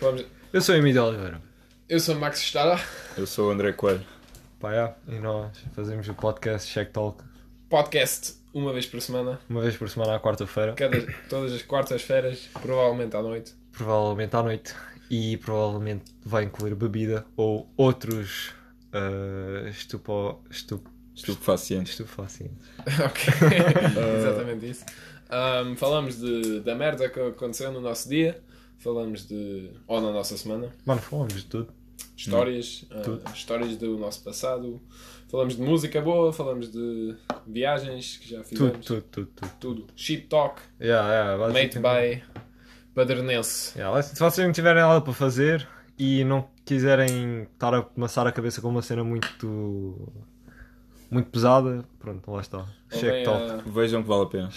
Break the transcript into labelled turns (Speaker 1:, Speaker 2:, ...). Speaker 1: Vamos-
Speaker 2: Eu sou Emílio Oliveira.
Speaker 1: Eu sou Max Estada.
Speaker 3: Eu sou o André Coelho.
Speaker 2: Pá, é, e nós fazemos o podcast Check Talk
Speaker 1: Podcast uma vez por semana.
Speaker 2: uma vez por semana à quarta-feira,
Speaker 1: Cada, todas as quartas-feiras, provavelmente à noite.
Speaker 2: provavelmente à noite, e provavelmente vai incluir bebida ou outros ah, estupo, estu,
Speaker 3: Estupefacientes.
Speaker 2: estupefacientes.
Speaker 1: ok.
Speaker 2: Ah.
Speaker 1: Exatamente isso. Ahm, falamos de, da merda que aconteceu no nosso dia. Falamos de. ou na nossa semana.
Speaker 2: Mano, falamos de tudo. Hum.
Speaker 1: Histórias. ah, histórias do nosso passado. Falamos de música boa. Falamos de viagens que já
Speaker 2: Tudo,
Speaker 1: fizemos.
Speaker 2: tudo, tudo, tudo.
Speaker 1: Tudo. Shit Talk.
Speaker 2: Yeah, yeah,
Speaker 1: Made
Speaker 2: basicamente-
Speaker 1: by Badernense.
Speaker 2: Yeah, se vocês não tiverem nada para fazer e não quiserem estar a amassar a cabeça com uma cena muito muito pesada, pronto, lá está. Check
Speaker 1: Ouvem
Speaker 2: talk.
Speaker 1: a-
Speaker 3: Vejam que vale a pena.